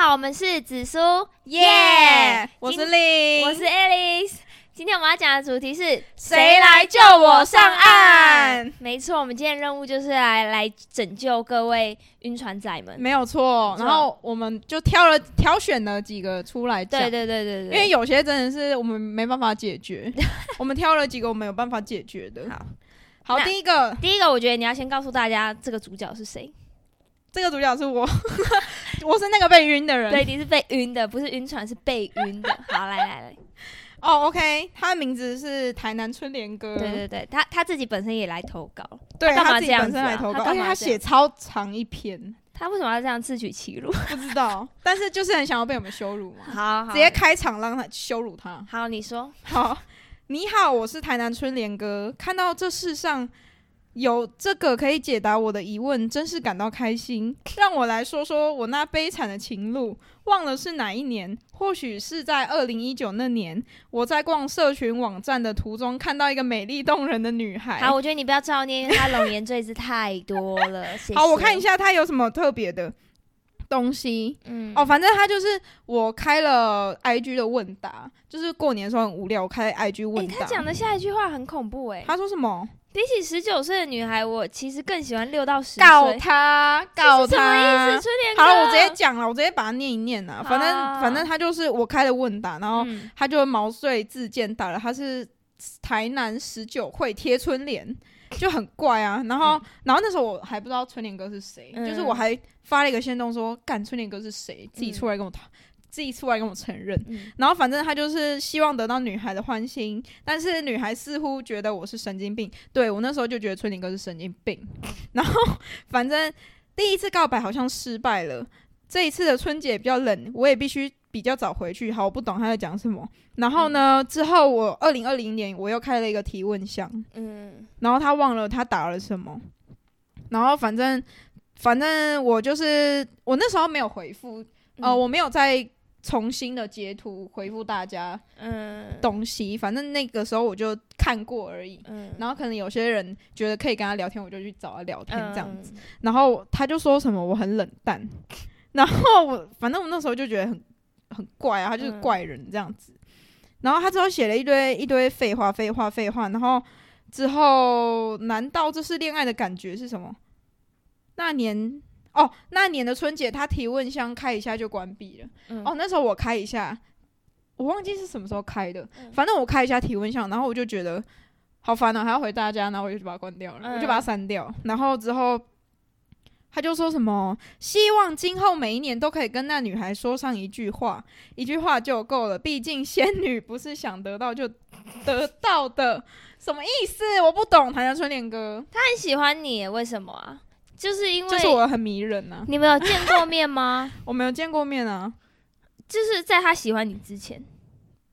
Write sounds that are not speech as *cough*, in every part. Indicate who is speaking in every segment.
Speaker 1: 好，我们是紫苏，耶、
Speaker 2: 我是
Speaker 1: 今
Speaker 2: 丽，
Speaker 1: 我是 Alice。今天我们要讲的主题是
Speaker 2: 谁来救我上岸？
Speaker 1: 没错，我们今天的任务就是来来拯救各位晕船仔们。
Speaker 2: *laughs* 没有错。然后我们就挑了挑选了几个出来讲，
Speaker 1: 对对对对
Speaker 2: 因
Speaker 1: 对，
Speaker 2: 为有些真的是我们没办法
Speaker 1: *laughs*
Speaker 2: 解决，我们挑了几个我们有办法解决的。
Speaker 1: 好，
Speaker 2: 好，
Speaker 1: 那
Speaker 2: 第一个
Speaker 1: 第一个我觉得你要先告诉大家这个主角是谁。
Speaker 2: 这个主角
Speaker 1: *laughs*
Speaker 2: 是我， *laughs* 我是那个被晕的人。
Speaker 1: 对，你是被晕的，不是晕船，是被晕 *laughs* 的。好，来来来，
Speaker 2: 哦，OK，他的名字是台南春莲哥，
Speaker 1: 对对对，他他自己本身也来投稿，
Speaker 2: 对
Speaker 1: 他干嘛
Speaker 2: 他自己
Speaker 1: 这样
Speaker 2: 本身
Speaker 1: 子啊
Speaker 2: 来投
Speaker 1: 他
Speaker 2: 稿，
Speaker 1: 干
Speaker 2: 而且
Speaker 1: 嘛
Speaker 2: 他
Speaker 1: 这样
Speaker 2: 写超长一篇，
Speaker 1: 他为什么要这样自取其辱？
Speaker 2: 不
Speaker 1: *laughs*
Speaker 2: 知道，但是就是很想要被我们羞辱嘛，
Speaker 1: 好好，
Speaker 2: 直接开场让他羞辱他。
Speaker 1: 好，你说，
Speaker 2: 好，你好，我是台南春莲哥。看到这世上有这个可以解答我的疑问，真是感到开心。让我来说说我那悲惨的情路，忘了是哪一年，或许是在二零一九那年，我在逛社群网站的途中看到一个美丽动人的女孩。
Speaker 1: 好，我觉得你不要照念，因为他龙颜坠字太多
Speaker 2: *laughs*
Speaker 1: 了。谢谢
Speaker 2: 好，我看一，下她有什么特别的东西。
Speaker 1: 嗯，
Speaker 2: 哦，反正她就是我开了 IG 的问答，就是过年的时候很无聊，我开 IG
Speaker 1: 哎、
Speaker 2: 问答。
Speaker 1: 他讲的下一句话很恐怖哎、
Speaker 2: 她说什么？
Speaker 1: 比起十九岁的女孩，我其实更喜欢六到十岁。
Speaker 2: 告他，告
Speaker 1: 这是什么意
Speaker 2: 他
Speaker 1: 思？。春莲哥，
Speaker 2: 好了，我直接讲了，我直接把它念一念啊。反
Speaker 1: 好
Speaker 2: 正反正他就是我开的问答，然后
Speaker 1: 嗯
Speaker 2: 他就毛遂自荐打了，他是台南十九会贴春联，就很怪啊。然后、然后那时候我还不知道春联哥是谁，
Speaker 1: 嗯
Speaker 2: 就是我还发了一个线动说，干春联哥是谁，自己
Speaker 1: 嗯
Speaker 2: 出来跟我讨，自己出来跟我承认。
Speaker 1: 嗯
Speaker 2: 然后反正他就是希望得到女孩的欢心，但是女孩似乎觉得我是神经病。对我那时候就觉得春林哥是神经病。 *laughs* 然后反正第一次告白好像失败了，这一次的春节比较冷，我也必须比较早回去。好，我不懂他在讲什么。然后呢，之后我二零二零年我又开了一个提问箱，
Speaker 1: 嗯，
Speaker 2: 然后他忘了他打了什么，然后反正反正我就是我那时候没有回复，呃，
Speaker 1: 嗯
Speaker 2: 我没有再重新的截图回复大家
Speaker 1: 嗯
Speaker 2: 东西，反正那个时候我就看过而已。
Speaker 1: 嗯
Speaker 2: 然后可能有些人觉得可以跟他聊天，我就去找他聊天这样子。
Speaker 1: 子，
Speaker 2: 然后他就说什么我很冷淡， *laughs* 然后我反正我那时候就觉得很很怪啊，他就是
Speaker 1: 嗯
Speaker 2: 怪人这样子。然后他之后写了一堆一堆废话，废话，废话。然后之后，难道这是恋爱的感觉是什么？那年哦，那年的春节，他提问箱开一下就关闭了。
Speaker 1: 嗯
Speaker 2: 哦，那时候我开一下，我忘记是什么时候开的，
Speaker 1: 嗯
Speaker 2: 反正我开一下提问箱，然后我就觉得好烦哦，还要回大家，然后我就把它关掉了，我就把
Speaker 1: 嗯
Speaker 2: 它删掉。然后之后他就说什么，希望今后每一年都可以跟那女孩说上一句话，一句话就够了，毕竟仙女不是想得到就得到的，什么意思？我不懂，谭家春恋歌，
Speaker 1: 他很喜欢你耶，为什么啊？就是因为
Speaker 2: 就是我很迷人啊，
Speaker 1: 你们有见过面吗？ *laughs*
Speaker 2: 我没有见过面啊，
Speaker 1: 就是在他喜欢你之前，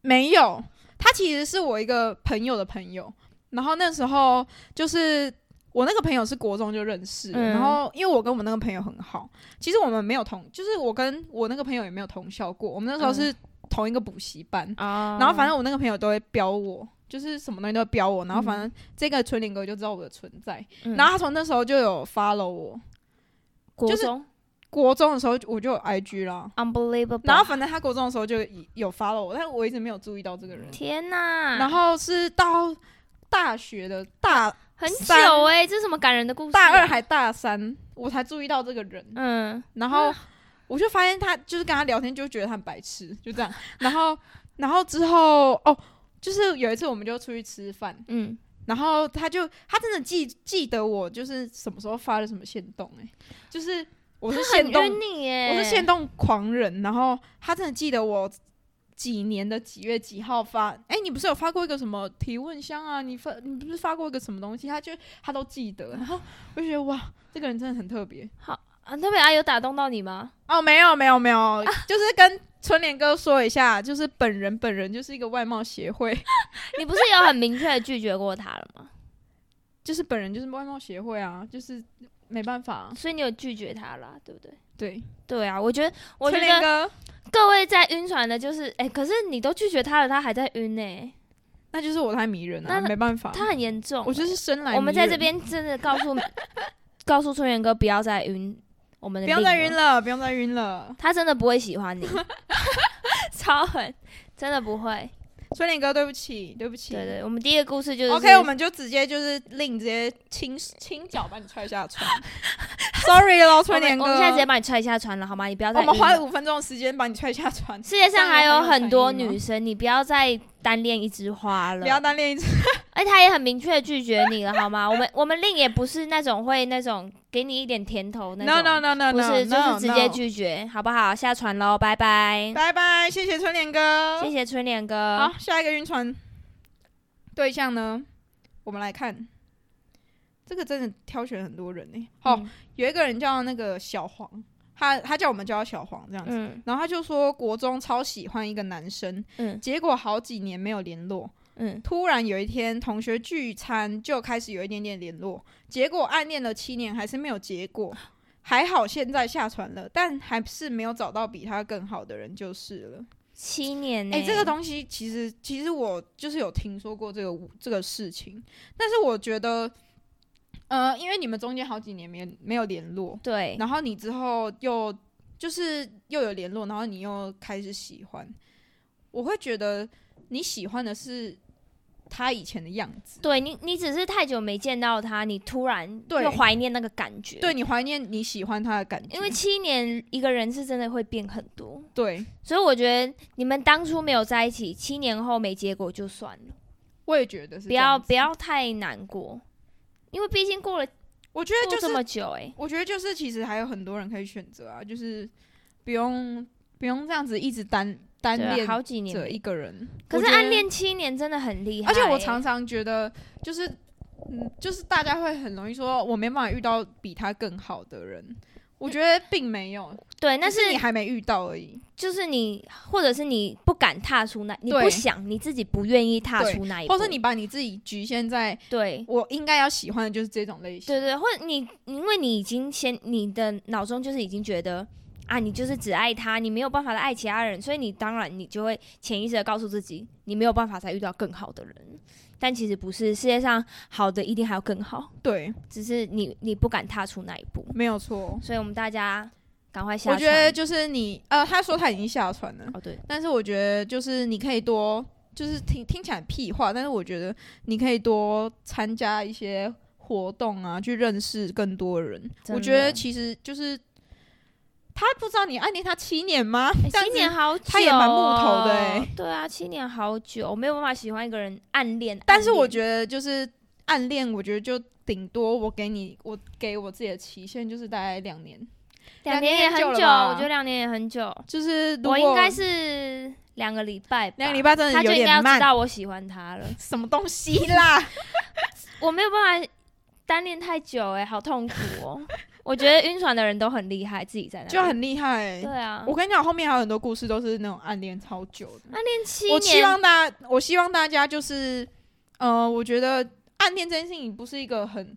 Speaker 2: 没有，他其实是我一个朋友的朋友。然后那时候就是我那个朋友是国中就认识了，
Speaker 1: 嗯
Speaker 2: 然后因为我跟我那个朋友很好，其实我们没有同，就是我跟我那个朋友也没有同校过，我们那时候是同一个补习班。
Speaker 1: 嗯哦
Speaker 2: 然后反正我那个朋友都会标我，就是什么东西都会标我，然后反正这个春林哥就知道我的存在，
Speaker 1: 嗯
Speaker 2: 然后他从那时候就有 follow 我。
Speaker 1: 国
Speaker 2: 就是
Speaker 1: 中
Speaker 2: 国中的时候我就有 IG 啦，
Speaker 1: unbelievable，
Speaker 2: 然后反正他国中的时候就有 follow 我，但是我一直没有注意到这个人。
Speaker 1: 天哪，
Speaker 2: 然后是到大学的大
Speaker 1: 很
Speaker 2: 三
Speaker 1: 久哎、这是什么感人的故事、
Speaker 2: 大二，还大三，我才注意到这个人，
Speaker 1: 嗯，
Speaker 2: 然后我就发现他就是跟他聊天就觉得他很白痴，就这样。然后，然后之后哦，就是有一次我们就出去吃饭，
Speaker 1: 嗯，
Speaker 2: 然后他就他真的记记得我就是什么时候发了什么线动、欸，就是我是
Speaker 1: 很
Speaker 2: 线动
Speaker 1: 晕你耶，
Speaker 2: 我是限动狂人，然后他真的记得我几年的几月几号发。哎、你不是有发过一个什么提问箱啊？你发你不是发过一个什么东西？他就他都记得，然后我就觉得哇，这个人真的很特别。
Speaker 1: 啊，特别啊，有打动到你吗？
Speaker 2: 哦，没有没有没有，就是跟春莲哥说一下，就是本人本人就是一个外貌协会，
Speaker 1: 你不是有很明确的拒绝过他了吗？
Speaker 2: 就是本人就是外貌协会啊，就是没办法、啊。
Speaker 1: 所以你有拒绝他啦，对不对？
Speaker 2: 对，
Speaker 1: 对啊，我觉得，我觉
Speaker 2: 春莲
Speaker 1: 得
Speaker 2: 哥，
Speaker 1: 各位在晕船的，就是哎、可是你都拒绝他了，他还在晕呢、
Speaker 2: 那就是我太迷人了、
Speaker 1: 那
Speaker 2: 没办法，
Speaker 1: 他很严重。
Speaker 2: 我就是生来
Speaker 1: 我们
Speaker 2: 迷
Speaker 1: 在 *laughs*
Speaker 2: 人
Speaker 1: 这边真的告诉告诉春元哥不要再晕，我我们的
Speaker 2: 不用
Speaker 1: 令
Speaker 2: 再
Speaker 1: 了
Speaker 2: 晕了，不用再晕了。
Speaker 1: 他真的不会喜 *laughs* 欢你，超狠，真的不会。
Speaker 2: 春林哥，对不起，对不起。
Speaker 1: 对对，我们第一个故事就是
Speaker 2: OK，我们就直接就是令直接轻轻脚把你踹
Speaker 1: *laughs*
Speaker 2: 下床。Sorry 咯，
Speaker 1: 我
Speaker 2: 春
Speaker 1: 们
Speaker 2: 莲哥。
Speaker 1: 我们现在直接把你踹下船了好吗？你不要再
Speaker 2: 我们
Speaker 1: 晕
Speaker 2: 花
Speaker 1: 了
Speaker 2: 了五分钟的时间把你踹下船。
Speaker 1: 世界上还有很多
Speaker 2: 这样有
Speaker 1: 女
Speaker 2: 很
Speaker 1: 生，你不要再单恋一枝花了
Speaker 2: 不。要单恋一次，
Speaker 1: 而且她也很明确地拒绝你了，好吗？我 *laughs* 们我们令也不是那种会那种给你一点甜头那种
Speaker 2: no no no no no，
Speaker 1: 不是就是直接
Speaker 2: no，no
Speaker 1: 拒绝，好不好？下船喽，拜拜，
Speaker 2: 拜拜，谢谢春莲哥。
Speaker 1: 谢谢春莲哥。
Speaker 2: 好，下一个晕船对象呢？我们来看，这个真的挑选很多人呢、好、
Speaker 1: 嗯
Speaker 2: 有一个人叫那个小黄，他他叫我们叫他小黄这样子。
Speaker 1: 嗯
Speaker 2: 然后他就说，国中超喜欢一个男生，
Speaker 1: 嗯
Speaker 2: 结果好几年没有联络。
Speaker 1: 嗯，
Speaker 2: 突然有一天，同学聚餐就开始有一点点联络，结果暗恋了七年还是没有结果。还好现在下船了，但还是没有找到比他更好的人就是了。
Speaker 1: 七年呢、
Speaker 2: 哎、这个东西其实其实我就是有听说过这个这个事情，但是我觉得，呃，因为你们中间好几年没没有联络，
Speaker 1: 对，
Speaker 2: 然后你之后又就是又有联络，然后你又开始喜欢，我会觉得你喜欢的是他以前的样子，
Speaker 1: 对你，你只是太久没见到他，你突然
Speaker 2: 对
Speaker 1: 又怀念那个感觉。
Speaker 2: 对，你怀念你喜欢他的感觉，
Speaker 1: 因为七年一个人是真的会变很多，
Speaker 2: 对
Speaker 1: 所以我觉得你们当初没有在一起，七年后没结果就算了，
Speaker 2: 我也觉得是
Speaker 1: 不
Speaker 2: 这样
Speaker 1: 要
Speaker 2: 子
Speaker 1: 不，要太难过，因为毕竟过了
Speaker 2: 我觉得
Speaker 1: 过
Speaker 2: 就
Speaker 1: 这
Speaker 2: 是
Speaker 1: 么久、欸，
Speaker 2: 我觉得就是其实还有很多人可以选择啊，就是不用不用这样子一直单单
Speaker 1: 对、啊，
Speaker 2: 恋
Speaker 1: 好几年
Speaker 2: 着
Speaker 1: 没
Speaker 2: 一个人。
Speaker 1: 可是
Speaker 2: 我觉得
Speaker 1: 暗，恋七年真的很厉害、
Speaker 2: 而且我
Speaker 1: 欸
Speaker 2: 常常觉得就是。嗯，就是大家会很容易说，我没办法遇到比他更好的人。我觉得并没有，
Speaker 1: 对，那
Speaker 2: 只是你还没遇到而已，
Speaker 1: 就是你，或者是你不敢踏出那，你不
Speaker 2: 对
Speaker 1: 想，你自己不愿意踏
Speaker 2: 对
Speaker 1: 出那一步，
Speaker 2: 或是你把你自己局限在
Speaker 1: 对
Speaker 2: 我应该要喜欢的就是这种类型。
Speaker 1: 对对，或者你因为你已经先你的脑中就是已经觉得啊，你就是只爱他，你没有办法再爱其他人，所以你当然你就会潜意识的告诉自己，你没有办法再遇到更好的人。但其实不是，世界上好的一定还有更好，
Speaker 2: 对，
Speaker 1: 只是你你不敢踏出那一步。
Speaker 2: 没有错。
Speaker 1: 所以我们大家赶快下
Speaker 2: 我
Speaker 1: 船。
Speaker 2: 觉得就是你，呃，他说他已经下船了，
Speaker 1: 哦对，
Speaker 2: 但是我觉得就是你可以多，就是听听起来屁话，但是我觉得你可以多参加一些活动啊，去认识更多人。
Speaker 1: 真的
Speaker 2: 我觉得其实就是他不知道你暗恋他哎七年吗？
Speaker 1: 诶
Speaker 2: 这样
Speaker 1: 七
Speaker 2: 子
Speaker 1: 年好久、哦，
Speaker 2: 他也蛮木头的欸
Speaker 1: 对啊，七年好久，我没有办法喜欢一个人暗恋。
Speaker 2: 但是我
Speaker 1: 得
Speaker 2: 觉得就是暗恋，我觉得就顶多我给你，我给我自己的期限就是大概两年。
Speaker 1: 两
Speaker 2: 两
Speaker 1: 年也
Speaker 2: 年
Speaker 1: 很
Speaker 2: 久了
Speaker 1: 久，
Speaker 2: 吧
Speaker 1: 我觉得两年也很久。
Speaker 2: 就是如果
Speaker 1: 我应该是两个礼拜吧，
Speaker 2: 两个礼拜真的
Speaker 1: 他就
Speaker 2: 有
Speaker 1: 应该
Speaker 2: 点
Speaker 1: 要知
Speaker 2: 慢，
Speaker 1: 道我喜欢他了。
Speaker 2: 什么东西啦？
Speaker 1: 我没有办法单恋太久、欸，哎，好痛苦
Speaker 2: *laughs*
Speaker 1: 哦。我觉得晕船的人都很厉害，自己在那里
Speaker 2: *laughs* 就很厉害欸、
Speaker 1: 对啊。
Speaker 2: 我跟你讲，后面还有很多故事都是那种暗恋超久的。
Speaker 1: 暗恋七
Speaker 2: 我希
Speaker 1: 年，
Speaker 2: 望大家，我希望大家就是，呃，我觉得暗恋这件事情不是一个很，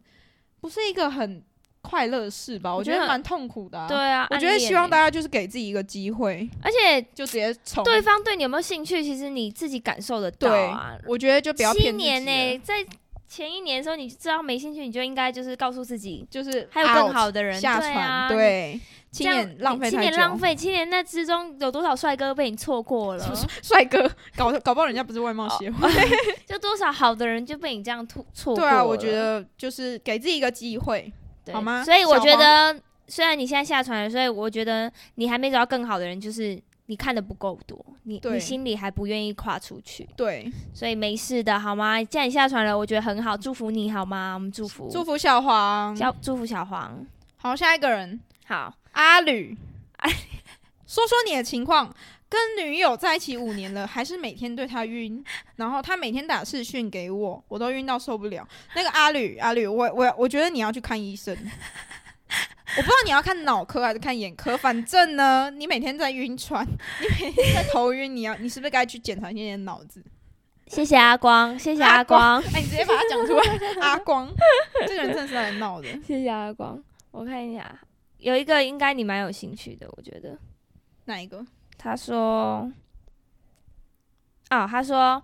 Speaker 2: 不是一个很快乐的事吧？
Speaker 1: 我
Speaker 2: 我
Speaker 1: 觉
Speaker 2: 觉
Speaker 1: 得
Speaker 2: 得蛮痛苦的、啊。
Speaker 1: 对，啊，
Speaker 2: 我觉
Speaker 1: 暗
Speaker 2: 得
Speaker 1: 恋
Speaker 2: 希望
Speaker 1: 欸
Speaker 2: 大，家就是给自己一个机会，
Speaker 1: 而且
Speaker 2: 就直接从
Speaker 1: 对方对你有没有兴趣，其实你自己感受得到
Speaker 2: 对
Speaker 1: 啊。
Speaker 2: 我觉得就不要
Speaker 1: 七
Speaker 2: 骗自己啊
Speaker 1: 年呢、欸
Speaker 2: 了
Speaker 1: 在前一年的时候，你知道没兴趣，你就应该就是告诉自己
Speaker 2: 就是
Speaker 1: 还有更
Speaker 2: out，
Speaker 1: 好的人
Speaker 2: 下
Speaker 1: 对啊
Speaker 2: 船，，对，
Speaker 1: 这
Speaker 2: 七
Speaker 1: 样
Speaker 2: 年浪费
Speaker 1: 七
Speaker 2: 太
Speaker 1: 年
Speaker 2: 久
Speaker 1: 浪费，七年那之中有多少帅哥被你错过了？
Speaker 2: 帅哥搞搞不好人家不是外貌协会，
Speaker 1: *laughs* 就多少好的人就被你这样错错哦过
Speaker 2: 对
Speaker 1: 了。
Speaker 2: 啊，我觉得就是给自己一个机会，
Speaker 1: 对
Speaker 2: 好吗
Speaker 1: 所以我
Speaker 2: 小
Speaker 1: 觉得，虽然你现在下船了，所以我觉得你还没找到更好的人，就是你看的不够多，你你
Speaker 2: 对
Speaker 1: 心里还不愿意跨出去，
Speaker 2: 对，
Speaker 1: 所以没事的，好吗？既然你下船了，我觉得很好，祝福你好吗？我们祝福
Speaker 2: 祝福小黄。
Speaker 1: 小祝福小黄，
Speaker 2: 好，下一个人，
Speaker 1: 好，
Speaker 2: 阿吕， *laughs* 说说你的情况。跟女友在一起五年了，还是每天对她晕，然后她每天打视讯给我，我都晕到受不了。那个阿吕，阿吕，我我我觉得你要去看医生，我不知道你要看脑科还是看眼科，反正呢，你每天在晕 *laughs* 船，你每天在头晕，你要你是不是该去检查一下你的脑子？
Speaker 1: *laughs* 谢谢阿光，谢谢阿
Speaker 2: 阿光
Speaker 1: 光，
Speaker 2: *laughs* 哎、你直接把它讲出来， *laughs* 阿光，这个人真的是来闹的。
Speaker 1: 谢谢阿光，我看一下，有一个应该你蛮有兴趣的，我觉得。
Speaker 2: 哪一个？
Speaker 1: 他说：“哦，他说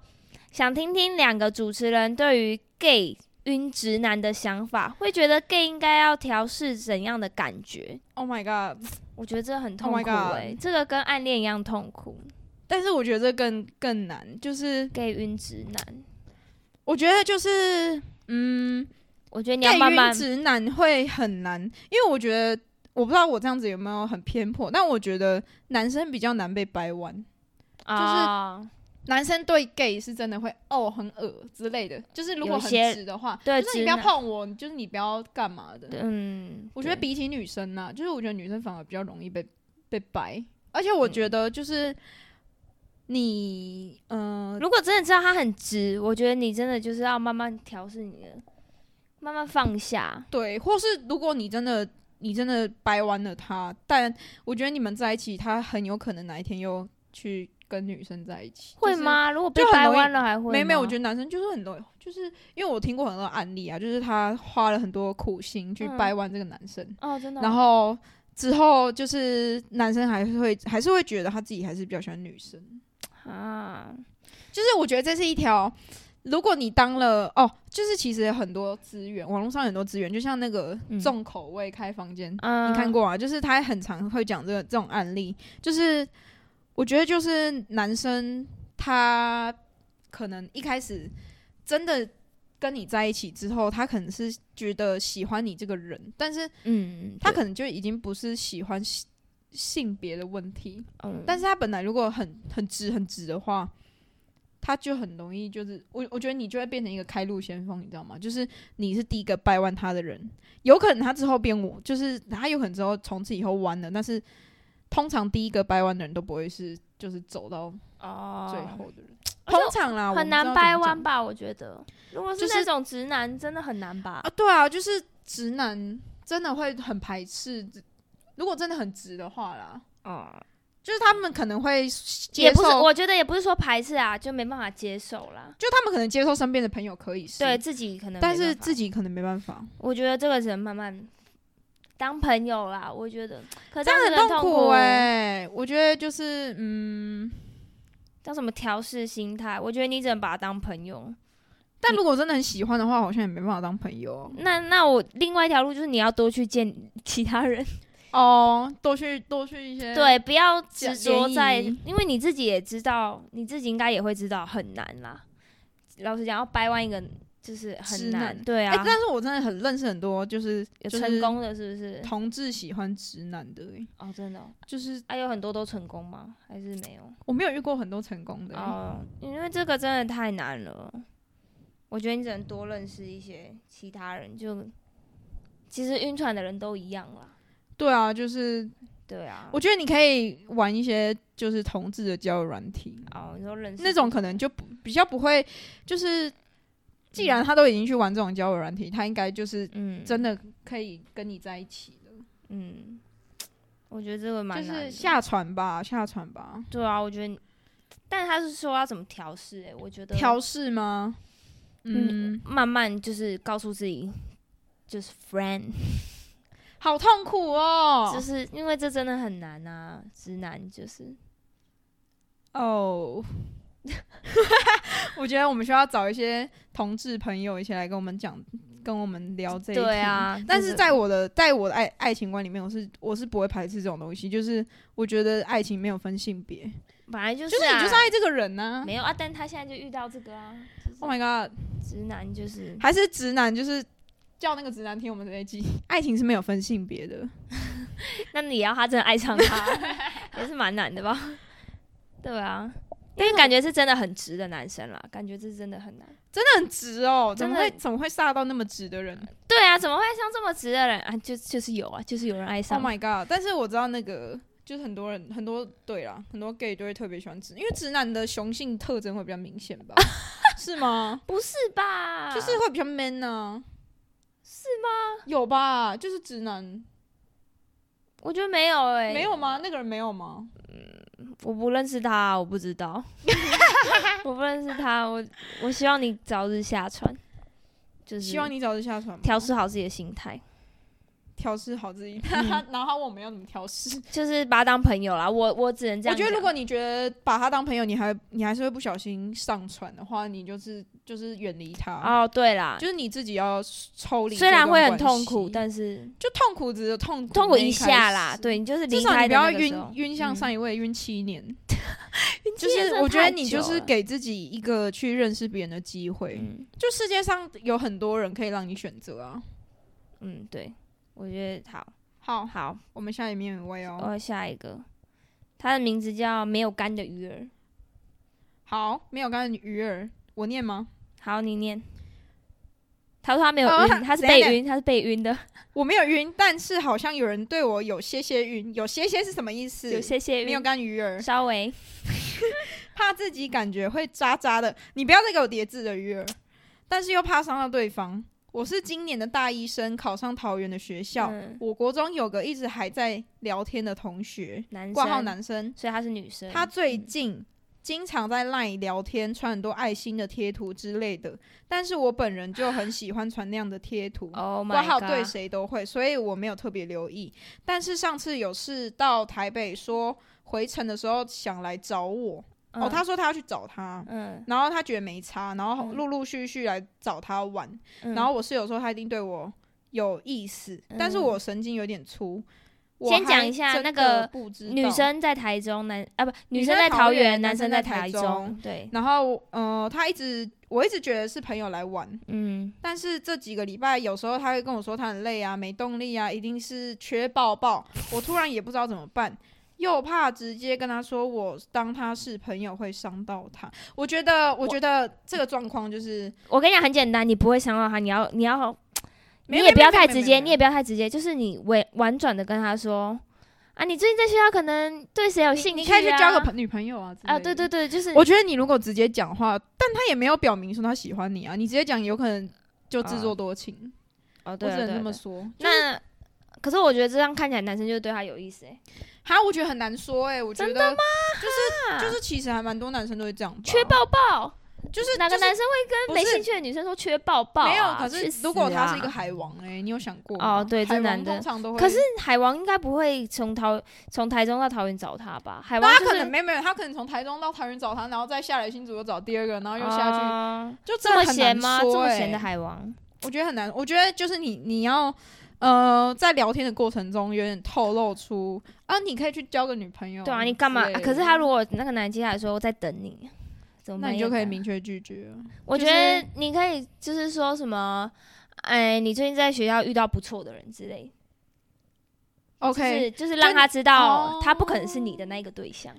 Speaker 1: 想听听两个主持人对于 gay 晕直男的想法，会觉得 gay 应该要调试怎样的感觉？
Speaker 2: Oh my god！
Speaker 1: 我觉得这很
Speaker 2: Oh
Speaker 1: 痛
Speaker 2: my
Speaker 1: 苦哎、
Speaker 2: God
Speaker 1: 这个跟暗恋一样痛苦。
Speaker 2: 但是我觉得这更更难，就是
Speaker 1: gay 晕直男，
Speaker 2: 我觉得就是嗯，
Speaker 1: 我觉得你要
Speaker 2: 对
Speaker 1: 慢
Speaker 2: 于
Speaker 1: 慢
Speaker 2: 直男会很难，因为我觉得我不知道我这样子有没有很偏颇，但我觉得男生比较难被掰弯。
Speaker 1: 啊、就是
Speaker 2: 男生对 gay 是真的会哦很恶之类的，就是如果
Speaker 1: 有
Speaker 2: 很
Speaker 1: 些
Speaker 2: 直的话，
Speaker 1: 对
Speaker 2: 就是
Speaker 1: 直
Speaker 2: 你不要
Speaker 1: 男
Speaker 2: 碰我，就是你不要干嘛的。
Speaker 1: 嗯，
Speaker 2: 我觉得
Speaker 1: 对
Speaker 2: 比起女生呐、就是我觉得女生反而比较容易被被掰，而且
Speaker 1: 嗯
Speaker 2: 我觉得就是你，嗯、
Speaker 1: 如果真的知道他很直，我觉得你真的就是要慢慢调试你的，慢慢放下。
Speaker 2: 对，或是如果你真的你真的掰弯了他，但我觉得你们在一起，他很有可能哪一天又去跟女生在一起，
Speaker 1: 会
Speaker 2: 就是？
Speaker 1: 吗？如果被
Speaker 2: 就很
Speaker 1: 掰
Speaker 2: 容易
Speaker 1: 弯了还会吗？
Speaker 2: 没有没有，我觉得男生就是很多，就是因为我听过很多案例啊，就是他花了很多苦心去
Speaker 1: 嗯
Speaker 2: 掰弯这个男生，
Speaker 1: 哦，真的哦、
Speaker 2: 然后之后就是男生还是会还是会觉得他自己还是比较喜欢女生，
Speaker 1: 啊，
Speaker 2: 就是我觉得这是一条，如果你当了哦，就是其实很多资源，网络上很多资源，就像那个
Speaker 1: 嗯
Speaker 2: 重口味开房间，
Speaker 1: 嗯
Speaker 2: 你看？过啊？就是他很常会讲这个这种案例，就是我觉得就是男生他可能一开始真的。跟你在一起之后，他可能是觉得喜欢你这个人，但是
Speaker 1: 嗯，
Speaker 2: 他
Speaker 1: 对
Speaker 2: 可能就已经不是喜欢性性别的问题，
Speaker 1: 嗯，
Speaker 2: 但是他本来如果很很直很直的话，他就很容易就是我我觉得你就会变成一个开路先锋，你知道吗？就是你是第一个掰弯他的人，有可能他之后变我，就是他有可能之后从此以后弯了，但是通常第一个掰弯的人都不会是就是走到
Speaker 1: 哦，
Speaker 2: 最后的人，
Speaker 1: 而且
Speaker 2: 通常啦
Speaker 1: 很难掰弯
Speaker 2: 吧？
Speaker 1: 吧？我觉得，如果是
Speaker 2: 就是
Speaker 1: 那种直男，真的很难吧
Speaker 2: 啊，？对啊，就是直男真的会很排斥，如果真的很直的话啦，
Speaker 1: 哦、
Speaker 2: 就是他们可能会接
Speaker 1: 也不是，
Speaker 2: 受。
Speaker 1: 我觉得也不是说排斥啊，就没办法接受啦。
Speaker 2: 就他们可能接受身边的朋友可以是，
Speaker 1: 对自己可能没办
Speaker 2: 但
Speaker 1: 法，
Speaker 2: 是自己可能没办法，
Speaker 1: 我觉得这个只能慢慢当朋友啦。我觉得，可
Speaker 2: 这样
Speaker 1: 是
Speaker 2: 很
Speaker 1: 痛
Speaker 2: 苦
Speaker 1: 哎、
Speaker 2: 哎、我觉得就是嗯，
Speaker 1: 当什么调试心态？我觉得你只能把他当朋友。
Speaker 2: 但如果真的很喜欢的话，好像也没办法当朋友
Speaker 1: 那那我另外一条路就是你要多去见 *laughs* 其他人，
Speaker 2: 哦。多去多去一些，
Speaker 1: 对，不要执
Speaker 2: 讲
Speaker 1: 着在，
Speaker 2: 联谊
Speaker 1: 因为你自己也知道，你自己应该也会知道很难啦。老实讲，要掰弯一个就是
Speaker 2: 直
Speaker 1: 很难，
Speaker 2: 男
Speaker 1: 对
Speaker 2: 哎、
Speaker 1: 啊，
Speaker 2: 但是我真的很认识很多就是
Speaker 1: 有
Speaker 2: 就
Speaker 1: 成
Speaker 2: 是
Speaker 1: 功的是不是？
Speaker 2: 同志喜欢直男的、欸，
Speaker 1: 哦，真的、哦，
Speaker 2: 就是
Speaker 1: 啊，有很多都成功吗？还是没有？
Speaker 2: 我没有遇过很多成功的、欸
Speaker 1: 哦，因为这个真的太难了，我觉得你只能多认识一些其他人，就其实晕船的人都一样啦。
Speaker 2: 对啊，就是
Speaker 1: 对啊，
Speaker 2: 我觉得你可以玩一些就是同志的交友软体，
Speaker 1: 哦，你说认识
Speaker 2: 那种可能就不比较不会，就是既然他都已经去玩这种交友软体，他应该就是
Speaker 1: 嗯
Speaker 2: 真的可以跟你在一起的。
Speaker 1: 嗯，我觉得这个蛮
Speaker 2: 就
Speaker 1: 难
Speaker 2: 是
Speaker 1: 的
Speaker 2: 下船吧，下船吧。
Speaker 1: 对啊，我觉得你，但他是说要怎么调试、欸？我觉得
Speaker 2: 调试吗？嗯，
Speaker 1: 慢慢就是告诉自己，就是 friend，、
Speaker 2: 好痛苦哦
Speaker 1: 就。是因为这真的很难啊，直男就是
Speaker 2: 哦， *laughs* 我觉得我们需要找一些同志朋友一起来跟我们讲，跟我们聊这一
Speaker 1: 对
Speaker 2: 题。
Speaker 1: 啊，
Speaker 2: 但
Speaker 1: 这
Speaker 2: 是
Speaker 1: 个
Speaker 2: 在我的在我的爱爱情观里面，我是我是不会排斥这种东西。就是我觉得爱情没有分性别，
Speaker 1: 本来就是、
Speaker 2: 就
Speaker 1: 啊、
Speaker 2: 是你就是爱这个人呐、
Speaker 1: 没有啊，但他现在就遇到这个啊，就是、
Speaker 2: Oh my god，
Speaker 1: 直男就是
Speaker 2: 还是直男就是叫那个直男听我们这一集，爱情是没有分性别的。
Speaker 1: 那你要他真的爱上
Speaker 2: *laughs*
Speaker 1: 他，也是蛮难的吧？ *laughs* 对啊，因为感觉是真的很直的男生啦，感觉这是真的很难。
Speaker 2: 真的很直哦，怎
Speaker 1: 真
Speaker 2: 么
Speaker 1: 的
Speaker 2: 会怎么会煞到那么直的人
Speaker 1: 对啊，怎么会爱上这么直的人啊？就就是有啊，就是有人爱上
Speaker 2: ？Oh。my god！但是我知道那个就是很多人很多对啦，很多 gay 都会特别喜欢直，因为直男的雄性特征会比较明显 *laughs* 吧？是吗？
Speaker 1: 不是吧？
Speaker 2: 就是会比较 man 呢、啊是吗？有吧？就是直男
Speaker 1: 我觉得没有哎、
Speaker 2: 没，有吗？那个人没有吗？
Speaker 1: 我不认识他，我不知
Speaker 2: *laughs*
Speaker 1: 道，我不认识他，我我希望你早日下船，就是
Speaker 2: 希望你早日下船吧。
Speaker 1: 调试好自己的心态。
Speaker 2: 调试好 *laughs* 自己。然后他问我们要怎么调试。
Speaker 1: 就是把他当朋友啦。我我只能这
Speaker 2: 我
Speaker 1: 样讲。
Speaker 2: 觉得如果你觉得把他当朋友，你还你还是会不小心上传的话，你就是就是远离他。
Speaker 1: 哦，对啦，
Speaker 2: 就是你自己要抽离，
Speaker 1: 虽然会很痛苦，但是
Speaker 2: 就痛苦只有痛
Speaker 1: 痛苦
Speaker 2: 那
Speaker 1: 一
Speaker 2: 开
Speaker 1: 下啦。
Speaker 2: 始，
Speaker 1: 对你就是
Speaker 2: 至
Speaker 1: 离
Speaker 2: 少
Speaker 1: 开的
Speaker 2: 你不要
Speaker 1: 那个
Speaker 2: 晕
Speaker 1: 时候
Speaker 2: 晕像
Speaker 1: 嗯
Speaker 2: 上一位晕
Speaker 1: *laughs*
Speaker 2: 七年，就
Speaker 1: 真
Speaker 2: 是
Speaker 1: 的
Speaker 2: 我觉得
Speaker 1: 太
Speaker 2: 你
Speaker 1: 久
Speaker 2: 就是
Speaker 1: 了
Speaker 2: 给自己一个去认识别人的机会。
Speaker 1: 嗯
Speaker 2: 就世界上有很多人可以让你选择啊。
Speaker 1: 嗯，对，我觉得好
Speaker 2: 好，
Speaker 1: 好。
Speaker 2: 我们下一面有位
Speaker 1: 我
Speaker 2: 哦。
Speaker 1: 要下一个，他的名字叫没有干的鱼儿。
Speaker 2: 好，没有刚才你鱼儿，我念吗？
Speaker 1: 好，你念。他说他没有
Speaker 2: 哦
Speaker 1: 晕，
Speaker 2: 他
Speaker 1: 他是
Speaker 2: 等一
Speaker 1: 被
Speaker 2: 下
Speaker 1: 晕，他是被晕的，
Speaker 2: 我没有晕，但是好像有人对我有些些晕，有些些是什么意思？
Speaker 1: 有些些
Speaker 2: 没有
Speaker 1: 晕，
Speaker 2: 干鱼儿，
Speaker 1: 稍微
Speaker 2: 怕自己感觉会渣渣的，你不要再给我叠字的鱼儿，但是又怕伤到对方。我是今年的大一生，考上桃园的学校。
Speaker 1: 嗯
Speaker 2: 我国中有个一直还在聊天的同学，
Speaker 1: 男
Speaker 2: 挂号
Speaker 1: 生，
Speaker 2: 男生，
Speaker 1: 所以他是女生。
Speaker 2: 他最近经常在 LINE 聊天，传很多爱心的贴图之类的。但是我本人就很喜欢传那样的贴图，
Speaker 1: 哦，
Speaker 2: 挂号对谁都会，所以我没有特别留意。但是上次有事到台北说回程的时候想来找我，哦，他说他要去找他。
Speaker 1: 嗯，
Speaker 2: 然后他觉得没差，然后
Speaker 1: 嗯
Speaker 2: 陆陆续续来找他玩。
Speaker 1: 嗯
Speaker 2: 然后我室友说他一定对我有意思，但是
Speaker 1: 嗯
Speaker 2: 我神经有点粗。我
Speaker 1: 先讲
Speaker 2: 还
Speaker 1: 一下
Speaker 2: 真
Speaker 1: 那
Speaker 2: 的
Speaker 1: 个
Speaker 2: 不知
Speaker 1: 女
Speaker 2: 道
Speaker 1: 生在台中，男啊不，
Speaker 2: 女
Speaker 1: 女
Speaker 2: 生
Speaker 1: 生在
Speaker 2: 在桃
Speaker 1: 桃
Speaker 2: 园
Speaker 1: 园，
Speaker 2: 男
Speaker 1: 男
Speaker 2: 生
Speaker 1: 生在
Speaker 2: 在台
Speaker 1: 台
Speaker 2: 中
Speaker 1: 中，对，
Speaker 2: 然后，呃，他一直我一直觉得是朋友来玩，
Speaker 1: 嗯，
Speaker 2: 但是这几个礼拜有时候他会跟我说他很累啊，没动力啊，一定是缺抱抱。我突然也不知道怎么办，又怕直接跟他说我当他是朋友会伤到他。我觉得，我觉得这个状况就是
Speaker 1: 我跟你讲很简单，你不会伤到他，你要你要，你
Speaker 2: 没有
Speaker 1: 也不要
Speaker 2: 没有
Speaker 1: 太直
Speaker 2: 没有没有
Speaker 1: 接，你也不要太直接，就是你委婉转的跟他说，啊，你最近在学校可能对谁有
Speaker 2: 你
Speaker 1: 兴趣啊，
Speaker 2: 你可以去交个朋女朋友啊之
Speaker 1: 啊，
Speaker 2: 类
Speaker 1: 对
Speaker 2: 的
Speaker 1: 对。对，就是
Speaker 2: 我觉得你如果直接讲话，但他也没有表明说他喜欢你啊，你直接讲有可能就自作多情。
Speaker 1: 哦，啊对
Speaker 2: 我
Speaker 1: 啊
Speaker 2: 只能
Speaker 1: 对啊
Speaker 2: 这
Speaker 1: 对
Speaker 2: 么
Speaker 1: 啊
Speaker 2: 说。
Speaker 1: 那。可是我觉得这样看起来，男生就对他有意思哎、
Speaker 2: 哈，我觉得很难说哎、我觉得
Speaker 1: 真
Speaker 2: 吗？
Speaker 1: 啊
Speaker 2: 就是其实还蛮多男生都会这样吧，
Speaker 1: 缺抱抱，
Speaker 2: 就是
Speaker 1: 哪个
Speaker 2: 就是
Speaker 1: 男生会跟
Speaker 2: 不
Speaker 1: 没
Speaker 2: 是
Speaker 1: 兴趣的女生说缺抱抱、啊？
Speaker 2: 没有，可
Speaker 1: 去
Speaker 2: 是
Speaker 1: 死
Speaker 2: 如果他是一
Speaker 1: 啊
Speaker 2: 个海王哎、你有想过
Speaker 1: 哦
Speaker 2: 吗
Speaker 1: 对这
Speaker 2: 海王
Speaker 1: 男的
Speaker 2: 通常都会，
Speaker 1: 可是海王应该不会从桃从台中到桃园找他吧？海王
Speaker 2: 他
Speaker 1: 就
Speaker 2: 可
Speaker 1: 是
Speaker 2: 能没有没有，他可能从台中到桃园找他，然后再下来新竹又找第二个，然后又下去，
Speaker 1: 啊
Speaker 2: 就真
Speaker 1: 这
Speaker 2: 的
Speaker 1: 么
Speaker 2: 很
Speaker 1: 闲
Speaker 2: 难
Speaker 1: 吗？这
Speaker 2: 说
Speaker 1: 么
Speaker 2: 哎
Speaker 1: 闲的海王，
Speaker 2: 我觉得很难，我觉得就是你你要呃在聊天的过程中有点透露出啊，你可以去交个女朋友之类的，
Speaker 1: 对啊，你干嘛？可是他如果那个男接下来说我在等你，怎么
Speaker 2: 那
Speaker 1: 办
Speaker 2: 你就可以
Speaker 1: 呀
Speaker 2: 明确拒绝了。
Speaker 1: 我
Speaker 2: 就
Speaker 1: 觉
Speaker 2: 是
Speaker 1: 得你可以就是说什么，哎，你最近在学校遇到不错的人之类，就
Speaker 2: OK，
Speaker 1: 是就是让他知道
Speaker 2: 哦
Speaker 1: 他不可能是你的那一个对象。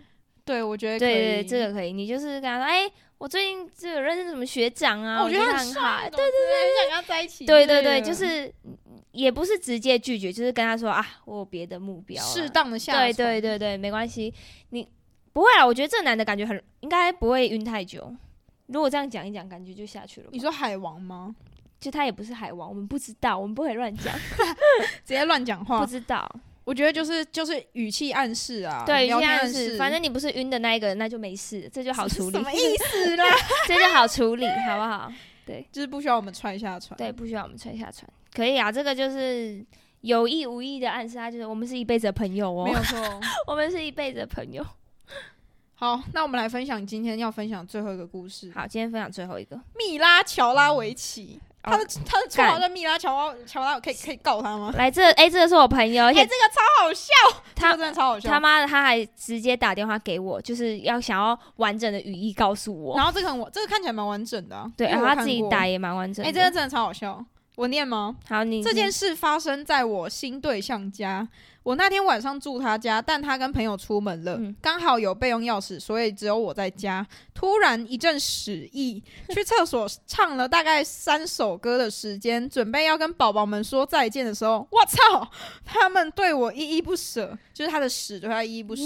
Speaker 2: 对我觉得
Speaker 1: 对
Speaker 2: 可以
Speaker 1: 对，对这个可以，你就是跟他说，哎，我最近就有认识什么学长啊，
Speaker 2: 哦我觉得
Speaker 1: 他
Speaker 2: 他很
Speaker 1: 很好
Speaker 2: 帅，对对对，很想跟他在一起之类
Speaker 1: 对
Speaker 2: 的。
Speaker 1: 对对，就是也不是直接拒绝，就是跟他说啊，我有别的目标啦。
Speaker 2: 适当的下
Speaker 1: 对对
Speaker 2: 船
Speaker 1: 对对，没关系，你不会啊？我觉得这个男的感觉很应该不会晕太久。如果这样讲一讲，感觉就下去了吧。
Speaker 2: 你说海王吗？
Speaker 1: 就他也不是海王，我们不知道，我们不可以乱讲，
Speaker 2: 直接乱讲
Speaker 1: 不
Speaker 2: 话，
Speaker 1: 知道。
Speaker 2: 我觉得就是就是语气暗示啊，
Speaker 1: 对，
Speaker 2: 聊
Speaker 1: 这
Speaker 2: 天
Speaker 1: 样
Speaker 2: 暗
Speaker 1: 是，
Speaker 2: 示，
Speaker 1: 反正你不是晕的那一个人，那就没事，这就好处理
Speaker 2: 什，么意思啦？
Speaker 1: *laughs* 这就好处理，好不好？
Speaker 2: *laughs* 就是不需要我们踹下船。
Speaker 1: 对，，不需要我们穿下船，可以啊。这个就是有意无意的暗示，他就是我们是一辈子的朋友哦，
Speaker 2: 没有错。
Speaker 1: *laughs* 我们是一辈子的朋友。
Speaker 2: 好，那我们来分享今天要分享最后一个故事。
Speaker 1: 好，今天分享最后一个，
Speaker 2: 密拉乔拉维奇，
Speaker 1: 哦
Speaker 2: 他的他的绰号
Speaker 1: 干
Speaker 2: 叫密拉乔拉乔拉，可以可以告他吗？
Speaker 1: 来这哎、这个是我朋友，而
Speaker 2: 哎、
Speaker 1: 且
Speaker 2: 这个超好笑，
Speaker 1: 他
Speaker 2: 这个真的超好
Speaker 1: 他
Speaker 2: 笑。
Speaker 1: 妈的他还直接打电话给我，就是要想要完整的语义告诉我。
Speaker 2: 然后这个很完，这个看起来蛮完整的、啊，
Speaker 1: 对，
Speaker 2: 因为
Speaker 1: 然
Speaker 2: 我
Speaker 1: 后他
Speaker 2: 看
Speaker 1: 自己
Speaker 2: 过
Speaker 1: 打。也蛮完整
Speaker 2: 哎、
Speaker 1: 的。
Speaker 2: 这个真的超好笑，我念吗？
Speaker 1: 好，你
Speaker 2: 这件事发生在我新对象家。我那天晚上住他家，但他跟朋友出门了
Speaker 1: 嗯，
Speaker 2: 刚、好有备用钥匙，所以只有我在家。突然一阵屎意，去厕所唱了大概三首歌的时间，准备要跟宝宝们说再见的时候，我操！他们对我依依不舍，就是他的屎对他依依不舍。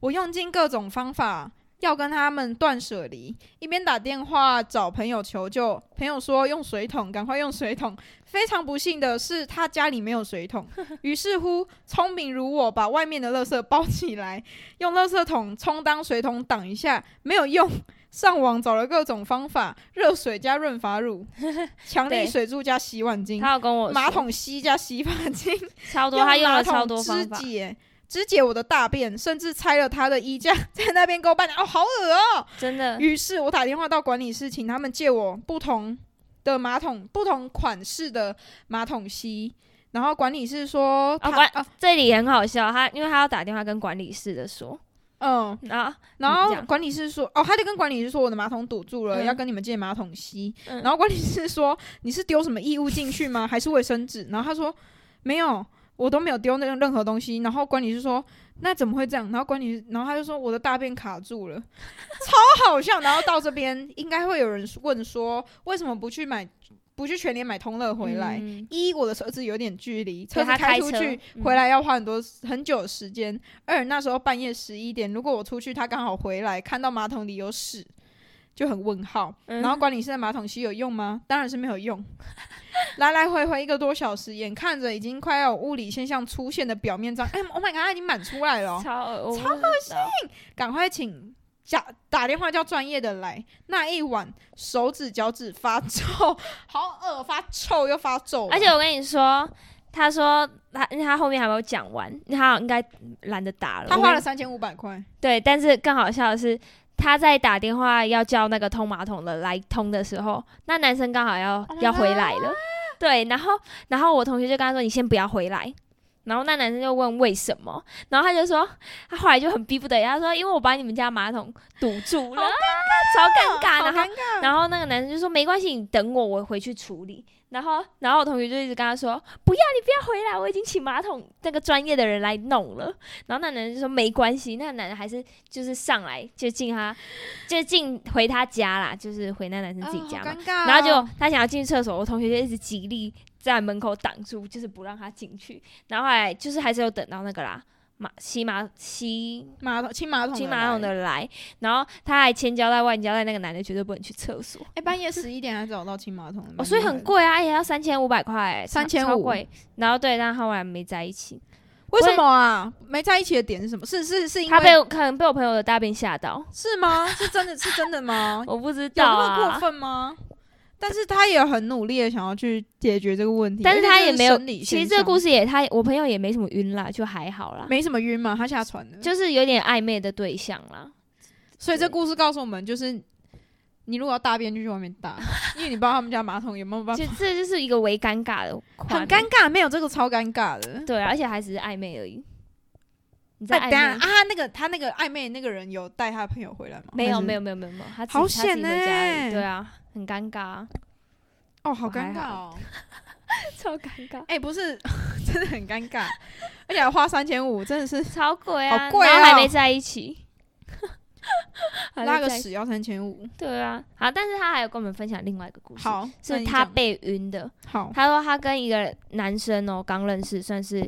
Speaker 2: 我用尽各种方法要跟他们断舍离，一边打电话找朋友求救，朋友说用水桶，赶快用水桶。非常不幸的是，他家里没有水桶，于是乎，聪明如我，把外面的垃圾包起来，用垃圾桶充当水桶挡一下，没有用。上网找了各种方法，热水加润发乳，强力
Speaker 1: 对
Speaker 2: 水柱加洗碗巾，
Speaker 1: 他有跟我
Speaker 2: 马
Speaker 1: 说
Speaker 2: 桶吸加洗发精，
Speaker 1: 超多，他用
Speaker 2: 马
Speaker 1: 了
Speaker 2: 桶
Speaker 1: 超多
Speaker 2: 肢
Speaker 1: 方法，
Speaker 2: 解肢解我的大便，甚至拆了他的衣架， *laughs* 在那边给我半哦，好恶哦、
Speaker 1: 真的
Speaker 2: *laughs* 于是我打电话到管理室，请他们借我不同的马桶、不同款式的马桶吸。然后管理室说他，
Speaker 1: 管
Speaker 2: 啊
Speaker 1: 这里很好笑。他因为他要打电话跟管理室的说，
Speaker 2: 嗯，
Speaker 1: 然后
Speaker 2: 然
Speaker 1: 这
Speaker 2: 后
Speaker 1: 样
Speaker 2: 管理室说，哦，他就跟管理室说我的马桶堵住了，
Speaker 1: 嗯
Speaker 2: 要跟你们借马桶吸。
Speaker 1: 嗯
Speaker 2: 然后管理室说你是丢什么异物进去吗？还是卫生纸？然后他说没有，我都没有丢那个任何东西。然后管理室说那怎么会这样？然后管理室，然后他就说我的大便卡住了， *laughs* 超好笑。然后到这边应该会有人问说为什么不去买，不去全联买通乐回来？
Speaker 1: 嗯
Speaker 2: 一我的车子有点距离，车
Speaker 1: 对
Speaker 2: 子
Speaker 1: 他
Speaker 2: 开
Speaker 1: 开
Speaker 2: 出
Speaker 1: 车
Speaker 2: 去
Speaker 1: 嗯
Speaker 2: 回来要花很多很久的时间。二那时候半夜十一点，如果我出去，他刚好回来，看到马桶里有屎，就很问号。
Speaker 1: 嗯
Speaker 2: 然后管理室的马桶吸有用吗？当然是没有用。 *laughs* 来来回回一个多小时，眼看着已经快要有物理现象出现的表面张，哎，Oh my god，它已经满出
Speaker 1: *laughs*
Speaker 2: 来了哦、
Speaker 1: 超恶超恶心，
Speaker 2: 赶快请假打电话叫专业的来。那一晚手指脚趾发臭，好恶，发臭又发皱啊了，
Speaker 1: 而且我跟你说，他说他因为他后面还没有讲完，他好像应该懒得打了。
Speaker 2: 他
Speaker 1: 我
Speaker 2: 花
Speaker 1: 跟
Speaker 2: 了三千五百块。
Speaker 1: 对，但是更好笑的是，他在打电话要叫那个通马桶的来通的时候，那男生刚好要
Speaker 2: Oh my
Speaker 1: 要回来了。对，然后然后我同学就跟他说：“你先不要回来。”然后那男生就问为什么，然后他就说，他后来就很逼不得已，他说因为我把你们家马桶堵住了，超尴尬。然后
Speaker 2: 哦好尴尬。哦
Speaker 1: 然后那个男生就说：“没关系，你等我，我回去处理。”然后，然后我同学就一直跟他说：“不要，你不要回来，我已经请马桶那个专业的人来弄了。”然后那男生就说：“没关系。”那个男的还是就是上来就进 *laughs* 他，就进回他家啦，就是回那男生自己家
Speaker 2: 啊
Speaker 1: 嘛。
Speaker 2: 好尴尬哦
Speaker 1: 然后就他想要进去厕所，我同学就一直极力在门口挡住，就是不让他进去。然后后来就是还是有等到那个啦，马西马西
Speaker 2: 马桶清马桶
Speaker 1: 金马桶
Speaker 2: 来，
Speaker 1: 的来，然后他还千交代万交代，那个男的绝对不能去厕所。
Speaker 2: 哎，半夜十一点还找到清马桶的，
Speaker 1: 哦，所以
Speaker 2: 蛮厉害
Speaker 1: 很
Speaker 2: 的。
Speaker 1: 贵啊，也要三千五百块欸，超
Speaker 2: 3500
Speaker 1: 超贵。然后对，但他后来没在一起，
Speaker 2: 为什么啊？没在一起的点是什么？是是是因
Speaker 1: 他被
Speaker 2: 为
Speaker 1: 我可能被我朋友的大便吓到，？
Speaker 2: 是吗？是真的是真的吗
Speaker 1: *laughs* 我不知
Speaker 2: 有
Speaker 1: 道
Speaker 2: 那么过
Speaker 1: 啊。
Speaker 2: 分吗？但是他也很努力的想要去解决这个问题，
Speaker 1: 但是
Speaker 2: 而且
Speaker 1: 他
Speaker 2: 这
Speaker 1: 也没有
Speaker 2: 生理
Speaker 1: 其实
Speaker 2: 现
Speaker 1: 这个
Speaker 2: 象
Speaker 1: 故事也，他我朋友也没什么晕啦，就还好啦，
Speaker 2: 没什么晕嘛，他下船了。
Speaker 1: 就是有点暧昧的对象
Speaker 2: *laughs*
Speaker 1: 啦。
Speaker 2: 所以这故事告诉我们，就是你如果要大便就去外面
Speaker 1: *laughs*
Speaker 2: 大，因为你不知道他们家马桶有没有办法
Speaker 1: 就。这就是一个为尴尬的画面，
Speaker 2: 很尴尬，没有这个超尴尬的。
Speaker 1: 对啊，而且还只是暧昧而已。你在
Speaker 2: 哎，等一下
Speaker 1: 暧
Speaker 2: 啊，
Speaker 1: 昧？
Speaker 2: 他那个他那个暧昧那个人有带他的朋友回来吗？
Speaker 1: 没有没
Speaker 2: 有，
Speaker 1: 有没有没有没有，他只
Speaker 2: 啊
Speaker 1: 他
Speaker 2: 好
Speaker 1: 自己
Speaker 2: 险
Speaker 1: 回家而
Speaker 2: 欸
Speaker 1: 已对啊，很尴尬
Speaker 2: *laughs*
Speaker 1: 啊，
Speaker 2: 哦，好
Speaker 1: 我还
Speaker 2: 尴尬 *laughs* 哦。
Speaker 1: 超尴尬。
Speaker 2: 哎、不是，真的很尴尬，而且还花三千五，真的是
Speaker 1: 超贵啊，
Speaker 2: 好贵
Speaker 1: 然后还
Speaker 2: 哦
Speaker 1: 没在一起，还没
Speaker 2: 拉个
Speaker 1: 在一起
Speaker 2: 屎要三千五。
Speaker 1: 对啊，好，但是他还有跟我们分享另外一个故事，
Speaker 2: 好，那
Speaker 1: 是
Speaker 2: 你
Speaker 1: 他
Speaker 2: 讲
Speaker 1: 被晕的。
Speaker 2: 好，
Speaker 1: 他说他跟一个男生哦刚认识，算是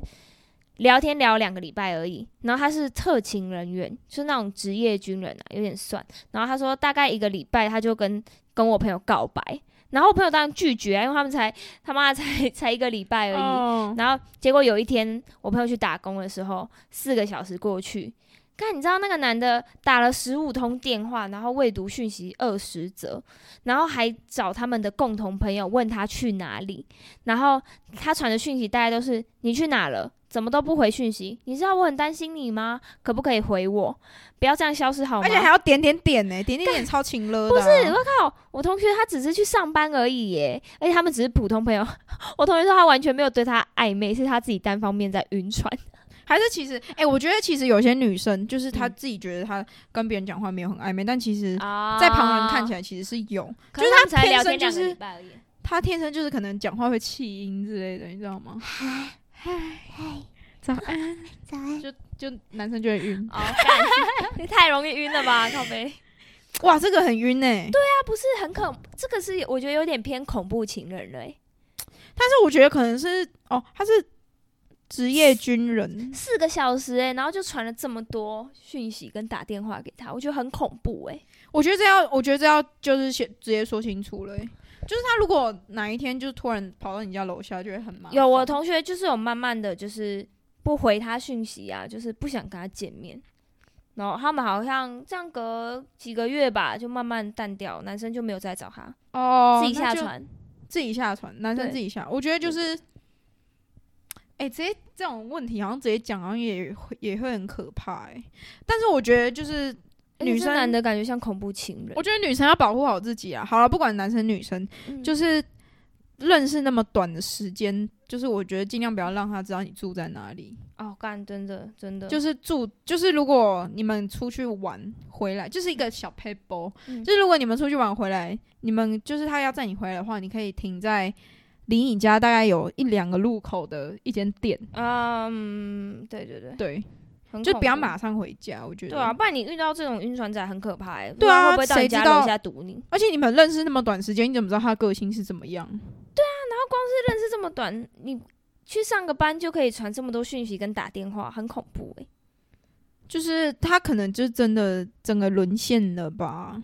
Speaker 1: 聊天聊两个礼拜而已。然后他是特勤人员，就是那种职业军人啊，有点算。然后他说大概一个礼拜，他就跟跟我朋友告白，然后我朋友当然拒绝啊，因为他们才他妈才才一个礼拜而已。
Speaker 2: 哦，
Speaker 1: 然后结果有一天，我朋友去打工的时候，四个小时过去，看你知道那个男的打了十五通电话，然后未读讯息二十则，然后还找他们的共同朋友问他去哪里，然后他传的讯息大概都是你去哪了。怎么都不回讯息？你知道我很担心你吗？可不可以回我？不要这样消失好吗？
Speaker 2: 而且还要点点点呢、点点点超情勒的、啊。
Speaker 1: 不是，我靠，哦我同学他只是去上班而已耶，而且他们只是普通朋友。 *laughs* 我同学说他完全没有对他暧昧，是他自己单方面在晕船。
Speaker 2: 还是其实，哎、我觉得其实有些女生就是她
Speaker 1: 嗯
Speaker 2: 自己觉得她跟别人讲话没有很暧昧，但其实，
Speaker 1: 啊
Speaker 2: 在旁人看起来其实是有，
Speaker 1: 哦可
Speaker 2: 就是
Speaker 1: 他们才
Speaker 2: 天
Speaker 1: 聊
Speaker 2: 生
Speaker 1: 天
Speaker 2: 就
Speaker 1: 两个
Speaker 2: 是
Speaker 1: 礼拜而已。
Speaker 2: 她天生就是可能讲话会气音之类的，你知道吗？早安，
Speaker 3: 早安。
Speaker 2: 就就男生就会晕。
Speaker 1: 哦，干 *laughs* 你太容易晕了
Speaker 2: *laughs*
Speaker 1: 吧，靠背。
Speaker 2: 哇，这个很晕呢、对，
Speaker 1: 他啊不是很恐，这个是我觉得有点偏恐怖情人了欸耶。
Speaker 2: 但是我觉得可能是哦，他是职业军人，
Speaker 1: 四个小时哎，然后就传了这么多讯息跟打电话给他，我觉得很恐怖哎。
Speaker 2: 我觉得这要，我觉得这要就是先直接说清楚了欸、就是他如果哪一天就突然跑到你家楼下，就会很麻烦。
Speaker 1: 有我同学就是有慢慢的就是不回他讯息啊，就是不想跟他见面。然后他们好像这样隔几个月吧，就慢慢淡掉，男生就没有再找他，
Speaker 2: 哦，
Speaker 1: 自己
Speaker 2: 那
Speaker 1: 下
Speaker 2: 就，
Speaker 1: 船。
Speaker 2: 自己下船，男生
Speaker 1: 对
Speaker 2: 自己下。我觉得就是，哎、直接这种问题好像直接讲，好像也会也会很可怕哎、但是我觉得就是
Speaker 1: 而且
Speaker 2: 女
Speaker 1: 欸这
Speaker 2: 生
Speaker 1: 男的感觉像恐怖情人
Speaker 2: 我，觉得女生要保护好自己啊。好了，不管男生女生，
Speaker 1: 嗯
Speaker 2: 就是认识那么短的时间，就是我觉得尽量不要让他知道你住在哪里。
Speaker 1: 哦，干真的真的
Speaker 2: 就是住，就是如果你们出去玩回来，就是一个小 p a p e
Speaker 1: 嗯
Speaker 2: 就是如果你们出去玩回来，你们就是他要载你回来的话，你可以停在离你家大概有一两个路口的一间店，
Speaker 1: 嗯，对对对，
Speaker 2: 对，
Speaker 1: 很
Speaker 2: 就
Speaker 1: 恐
Speaker 2: 不要
Speaker 1: 怖
Speaker 2: 马上回家，我觉得。
Speaker 1: 对啊，不然你遇到这种晕船仔很可怕、欸，不知
Speaker 2: 对啊
Speaker 1: 道会不会到
Speaker 2: 谁
Speaker 1: 你家
Speaker 2: 知道
Speaker 1: 楼下堵你？
Speaker 2: 而且你们认识那么短时间，你怎么知道他的个性是怎么样？
Speaker 1: 但是这么短，你去上个班就可以传这么多讯息跟打电话，很恐怖哎、
Speaker 2: 就是他可能就真的整个沦陷了吧，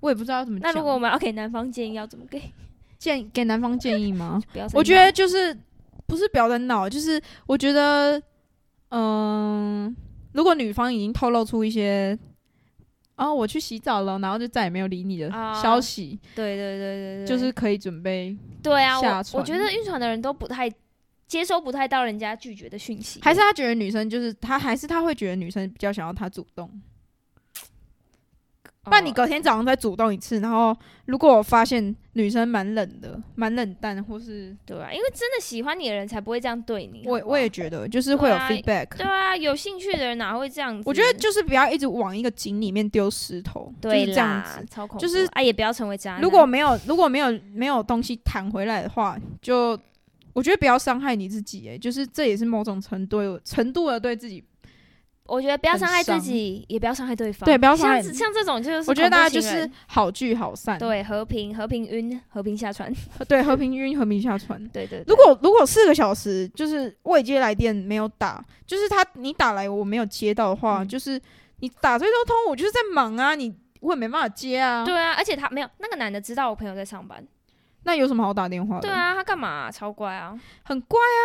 Speaker 2: 我也不知道怎么讲。
Speaker 1: 那如果我们要给男方建议，要怎么给？
Speaker 2: 建给男方建议吗？
Speaker 1: 不要生气，
Speaker 2: 我觉得 *laughs* 就是不是不要再闹，就是我觉得，嗯、如果女方已经透露出一些，哦，我去洗澡了，然后就再也没有理你的
Speaker 1: 啊
Speaker 2: 消息，
Speaker 1: 对对对对对，
Speaker 2: 就是可以准备，
Speaker 1: 对啊，
Speaker 2: 下
Speaker 1: 我我
Speaker 2: 船
Speaker 1: 觉得晕船的人都不太接收不太到人家拒绝的讯息，哦
Speaker 2: 还是他觉得女生就是他，还是他会觉得女生比较想要他主动，
Speaker 1: 哦
Speaker 2: 不然你隔天早上再主动一次，然后如果我发现女生蛮冷的，蛮冷淡，或是
Speaker 1: 对啊，因为真的喜欢你的人才不会这样对你。
Speaker 2: 我
Speaker 1: 好不好
Speaker 2: 我也觉得就是会有
Speaker 1: 对啊
Speaker 2: feedback，、
Speaker 1: 对啊，有兴趣的人哪会这样子？
Speaker 2: 我觉得就是不要一直往一个井里面丢石头，
Speaker 1: 嗯对
Speaker 2: 就是这样子
Speaker 1: 啦，。超恐怖，
Speaker 2: 就是
Speaker 1: 啊，也不要成为渣男。
Speaker 2: 如果没有如果没有没有东西弹回来的话，就我觉得不要伤害你自己、欸，就是这也是某种程度程度的对自己。
Speaker 1: 我觉得不要伤害自
Speaker 2: 很
Speaker 1: 己，也不要伤害对方。
Speaker 2: 对不要伤害
Speaker 1: 像这像这种就是，
Speaker 2: 我觉得大家就是好聚好散，
Speaker 1: 对和平、和平晕、和平下船。
Speaker 2: 对和平晕和平下船。
Speaker 1: 对对对
Speaker 2: 如果如果四个小时就是未接来电没有打，就是他你打来我没有接到的话，
Speaker 1: 嗯
Speaker 2: 就是你打最多通，我就是在忙啊，你我也没办法接啊。
Speaker 1: 对啊，而且他没有那个男的知道我朋友在上班。
Speaker 2: 那有什么好打电话的？
Speaker 1: 对，啊，他干嘛啊、超乖啊，
Speaker 2: 很怪啊。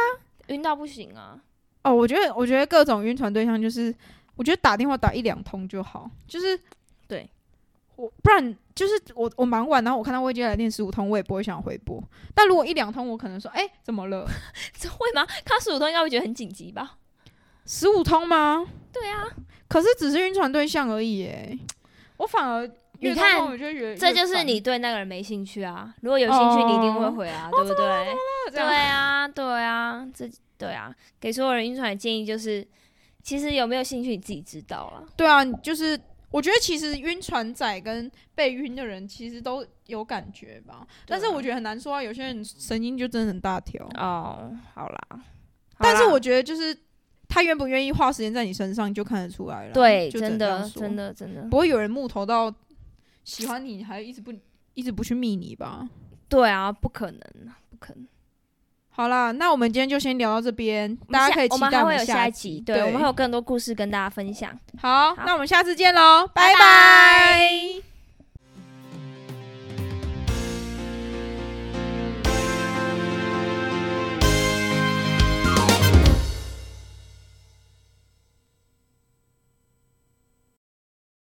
Speaker 1: 晕到不行
Speaker 2: *laughs*
Speaker 1: 啊。
Speaker 2: 哦，我觉得我觉得各种晕船对象就是，我觉得打电话打一两通就好，就是
Speaker 1: 对
Speaker 2: 我不然就是我我忙完，然后我看到未接来电十五通，我也不会想回拨。但如果一两通，我可能说，哎、怎么了？
Speaker 1: 这会吗？看十五通应该会觉得很紧急吧？
Speaker 2: 十五通吗？
Speaker 1: 对啊，
Speaker 2: 可是只是晕船对象而已、哎，我反而越
Speaker 1: 你看
Speaker 2: 通通我就哦越
Speaker 1: 这就是你对那个人没兴趣啊。如果有兴趣，你一定会回啊，对不对？
Speaker 2: 这
Speaker 1: 对
Speaker 2: 样
Speaker 1: 啊，对啊，这对啊。给所有人晕船的建议就是，其实有没有兴趣你自己知道啦。
Speaker 2: 对啊，就是我觉得其实晕船仔跟被晕的人其实都有感觉吧，但是我觉得很难说啊，有些人神经就真的很大条。
Speaker 1: 哦，好啦，
Speaker 2: 但是
Speaker 1: 好啦
Speaker 2: 我觉得就是他愿不愿意花时间在你身上，就看得出来了。
Speaker 1: 对，
Speaker 2: 就只
Speaker 1: 真
Speaker 2: 能这样
Speaker 1: 的，
Speaker 2: 说
Speaker 1: 真，的，真的，
Speaker 2: 不会有人木头到喜欢你还一直不一直不去密你吧？
Speaker 1: 对啊，不可能啊，不可能。
Speaker 2: 好啦，那我们今天就先聊到这边，
Speaker 1: 我们
Speaker 2: 大家
Speaker 1: 下
Speaker 2: 可以期
Speaker 1: 我们
Speaker 2: 待
Speaker 1: 还会有
Speaker 2: 下
Speaker 1: 下一集，对，我们会有更多故事跟大家分享。
Speaker 2: 好，
Speaker 1: 好
Speaker 2: 那我们下次见喽，拜
Speaker 1: 拜拜